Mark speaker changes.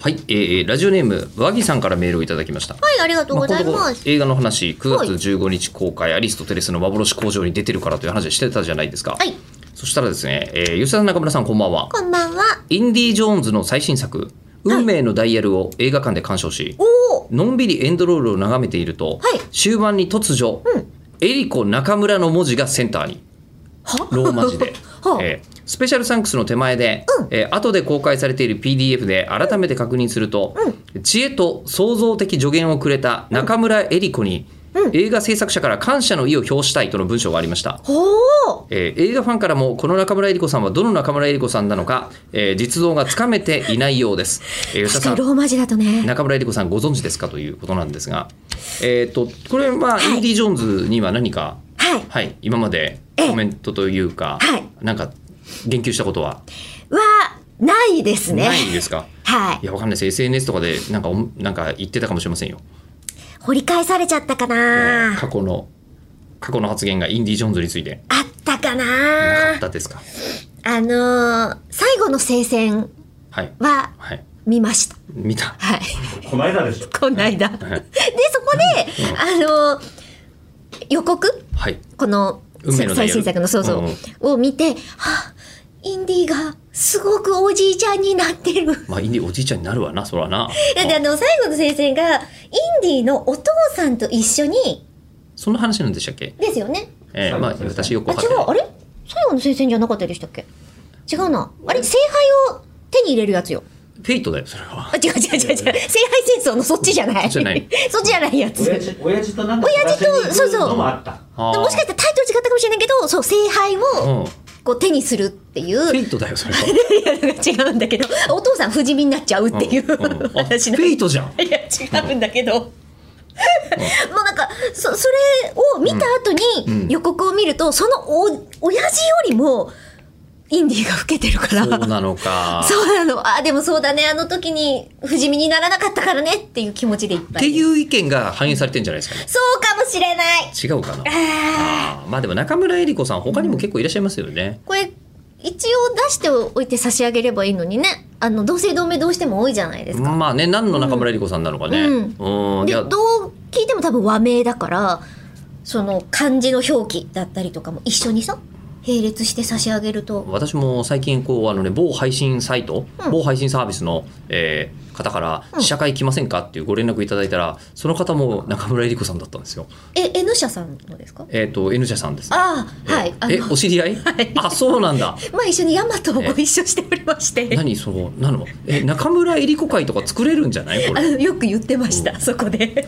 Speaker 1: はい、えー、ラジオネーム和木さんからメールをいただきました
Speaker 2: はい、ありがとうござい
Speaker 1: まあこの
Speaker 2: ま
Speaker 1: とこ
Speaker 2: す。
Speaker 1: ろ映画の話9
Speaker 2: はい
Speaker 1: 月15日公開、アリストテレスの幻工場に出てるからという話してたじゃないですか、
Speaker 2: はい、
Speaker 1: そしたらですね、えー、吉田さん中村さんこんばんは
Speaker 2: こんばんは。
Speaker 1: インディ・ジョーンズの最新作「運命のダイヤル」を映画館で鑑賞し
Speaker 2: おお、
Speaker 1: のんびりエンドロールを眺めていると、
Speaker 2: はい
Speaker 1: 終盤に突如「エリコ中村」の文字がセンターに
Speaker 2: は
Speaker 1: ローマ字で
Speaker 2: は、あ
Speaker 1: えースペシャルサンクスの手前で、えー後で公開されている PDF で改めて確認すると、知恵と創造的助言をくれた中村エリコに、映画制作者から感謝の意を表したいとの文章がありました。
Speaker 2: ほお。
Speaker 1: えー映画ファンからもこの中村江里子さんはどの中村江里子さんなのか、えー実像がつかめていないようです。えー吉田
Speaker 2: 確
Speaker 1: さ
Speaker 2: かに
Speaker 1: ん
Speaker 2: ローマ字だとね。
Speaker 1: 中村江里子さんご存知ですかということなんですが、えー、とこれはインディ・ジョーンズには何か、
Speaker 2: はい。
Speaker 1: はい、今までコメントというか、
Speaker 2: はい
Speaker 1: なんか言及したことは
Speaker 2: は、ないですね。
Speaker 1: ないですか、
Speaker 2: はい
Speaker 1: い、。やわかんないです SNS とかでなんかおなんか言ってたかもしれませんよ、
Speaker 2: 掘り返されちゃったか
Speaker 1: えー
Speaker 2: な。
Speaker 1: 過去の過去の発言がインディ・ジョーンズについて
Speaker 2: あったか
Speaker 1: なかっ
Speaker 2: な。
Speaker 1: たですか
Speaker 2: あのー、最後の聖戦
Speaker 1: はい、
Speaker 2: は
Speaker 1: はい、
Speaker 2: 見ました。
Speaker 1: 見た
Speaker 2: はい。
Speaker 3: こないだでしょ
Speaker 2: こないだ。で、そこで、あのー、予告
Speaker 1: はい
Speaker 2: この
Speaker 1: 運命のダイヤル
Speaker 2: 最新作の想像
Speaker 1: うん
Speaker 2: を見て、はあインディがすごくおじいちゃんになってる。
Speaker 1: まあインディおじいちゃんになるわなそらな
Speaker 2: だってあの最後の先生がインディのお父さんと一緒に
Speaker 1: そんな話なんでしたっけ、
Speaker 2: ですよね。
Speaker 1: えーまあ私よく
Speaker 2: あ
Speaker 1: わか
Speaker 2: 違
Speaker 1: って
Speaker 2: う
Speaker 1: ない
Speaker 2: あれ最後の先生じゃなかったでしたっけ？違うな。あれ聖杯を手に入れるやつよ。
Speaker 1: フェイトだよそれは
Speaker 2: あ違う違う 違う違う。聖杯戦争のそっちじゃない。
Speaker 1: そっちじゃない。
Speaker 2: そっちじゃないやつ。
Speaker 3: 親
Speaker 2: で
Speaker 3: 父親父となんか探しに行く
Speaker 2: 親父とそうそう
Speaker 3: のもあった
Speaker 1: あー
Speaker 2: もしかしたらタイトル違ったかもしれないけど、そう聖杯を
Speaker 1: うんフ
Speaker 2: こう手にするっていう。
Speaker 1: ェ
Speaker 2: い
Speaker 1: イトだよ それは
Speaker 2: やなんか違うんだけど、お父さん不死身になっちゃうっていう、
Speaker 1: うんうんあフ
Speaker 2: 話の。
Speaker 1: ェイトじゃん
Speaker 2: いや違うんだけど、もうなんかそそれを見た後
Speaker 1: うんうん
Speaker 2: に予告を見ると、そのお親父よりもインディが老けてるから
Speaker 1: そ
Speaker 2: そうう
Speaker 1: なのか
Speaker 2: なのあでもそうだねあの時に不死身にならなかったからねっていう気持ちでいっぱい
Speaker 1: っていうう意見が反映されてんじゃないですかね
Speaker 2: そうかもしれない
Speaker 1: 違うかな
Speaker 2: あ
Speaker 1: あ
Speaker 2: ー
Speaker 1: ーまあでも中村江里子さん他にも結構いらっしゃいますよね、
Speaker 2: これ一応出しておいて差し上げればいいのにねあの同姓同名どうしても多いじゃないですか、
Speaker 1: まあね何の中村江里子さんなのかね
Speaker 2: うん
Speaker 1: うん、い
Speaker 2: で
Speaker 1: や
Speaker 2: どう聞いても多分和名だからその漢字の表記だったりとかも一緒にさ並列して差し上げると
Speaker 1: 私も最近こうあのね某配信サイト、
Speaker 2: うん
Speaker 1: 某配信サービスの、えー方から「試写会来ませんか?」っていうご連絡いただいたらその方も中村江里子さんだったんですよ。
Speaker 2: え N 社さんのですか
Speaker 1: えっ、と N 社さんです、ね。
Speaker 2: ああはいあ
Speaker 1: え
Speaker 2: の
Speaker 1: お知り合い、あそうなん だ。
Speaker 2: まあ一緒にヤマトをご一緒しておりまして
Speaker 1: 何そのなのえ中村江里子会とか作れるんじゃないこ
Speaker 2: あ
Speaker 1: れ。
Speaker 2: のよく言ってました、そこで